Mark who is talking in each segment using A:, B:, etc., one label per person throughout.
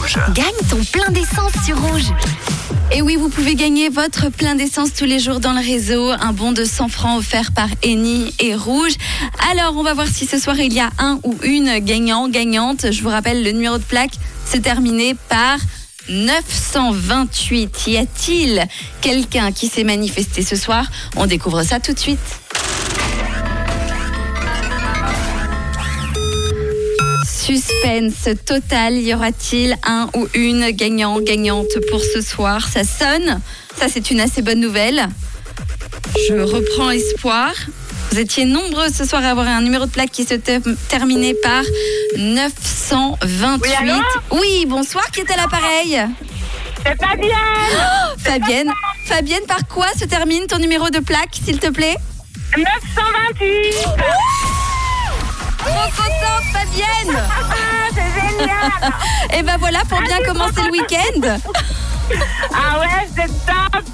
A: Rouge.
B: Gagne ton plein d'essence sur Rouge. Et oui, vous pouvez gagner votre plein d'essence tous les jours dans le réseau. Un bon de 100 francs offert par Eni et Rouge. Alors, on va voir si ce soir il y a un ou une gagnant, gagnante. Je vous rappelle, le numéro de plaque, c'est terminé par 928. Y a-t-il quelqu'un qui s'est manifesté ce soir On découvre ça tout de suite. Suspense total, y aura-t-il un ou une gagnant, gagnante pour ce soir Ça sonne, ça c'est une assez bonne nouvelle. Je reprends espoir. Vous étiez nombreux ce soir à avoir un numéro de plaque qui se te- terminait par 928.
C: Oui, allô
B: Oui, bonsoir, qui est à l'appareil
C: C'est pas bien
B: Fabienne. Fabienne, par quoi se termine ton numéro de plaque, s'il te plaît
C: 928
B: Trop contente, Fabienne
C: Ah, c'est génial
B: Et ben voilà, pour bien commencer le week-end.
C: Ah ouais, c'est top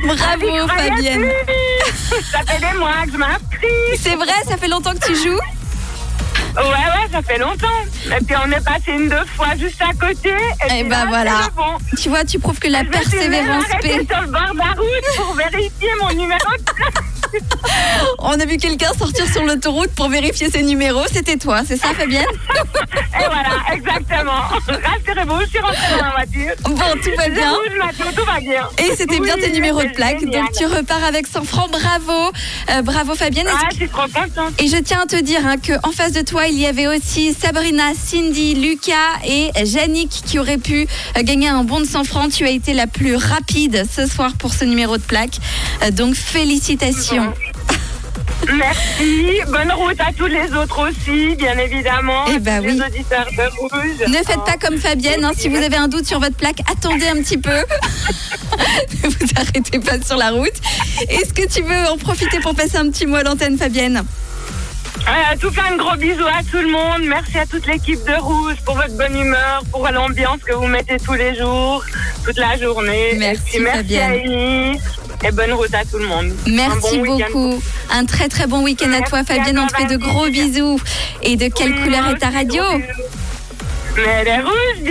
C: J'y
B: Bravo,
C: croyais
B: Fabienne.
C: plus. Ça fait des mois que je m'inscris
B: C'est vrai, ça fait longtemps que tu joues
C: Ouais, ouais, ça fait longtemps Et puis on est passé une deux fois juste à côté Et,
B: Eh
C: puis
B: ben
C: là,
B: voilà.
C: c'est le bon.
B: Tu vois, tu prouves que la
C: Je me suis même
B: persévérance
C: arrêtée
B: paie.
C: sur le bord de la route pour vérifier mon numéro de plaque.
B: On a vu quelqu'un sortir sur l'autoroute pour vérifier ses numéros. C'était toi, c'est ça, Fabienne
C: Et voilà, exactement Rassurez-vous, je suis rentrée dans ma voiture
B: Bon, tout va bien.
C: Je bouge ma tête, tout va bien
B: Et c'était bien
C: Oui,
B: tes numéros de
C: c'est
B: plaque.
C: génial.
B: Donc tu repars avec 100 francs. Bravo. Euh, bravo, Fabienne. Est-ce
C: Ah, je suis trop contente
B: Et je tiens à te dire hein, que en face de toi, il y avait aussi Sabrina, Cindy, Lucas et Yannick qui auraient pu euh, gagner un bon de 100 francs. Tu as été la plus rapide ce soir pour ce numéro de plaque. Euh, donc félicitations.
C: Merci. Bonne route à tous les autres aussi, bien évidemment.
B: Eh
C: à
B: ben
C: tous
B: oui.
C: Les auditeurs de Rouge.
B: Ne faites pas comme Fabienne. hein, si vous avez un doute sur votre plaque, attendez un petit peu. ne vous arrêtez pas sur la route. Est-ce que tu veux en profiter pour passer un petit mot à l'antenne, Fabienne
C: Euh, en tout cas, un gros bisou à tout le monde. Merci à toute l'équipe de Rouge pour votre bonne humeur, pour l'ambiance que vous mettez tous les jours, toute la journée.
B: Merci,
C: Et puis, merci
B: Fabienne.
C: à Elie. Et bonne route à tout le monde.
B: Merci
C: bon week-end.
B: beaucoup. Un très très bon week-end à toi,
C: Merci à
B: Fabienne.
C: toi,
B: On te fait de
C: Valentine.
B: gros bisous. Et de quelle
C: Oui,
B: couleur
C: moi
B: est ta
C: aussi,
B: radio
C: gros bisous. Mais elle est rouge,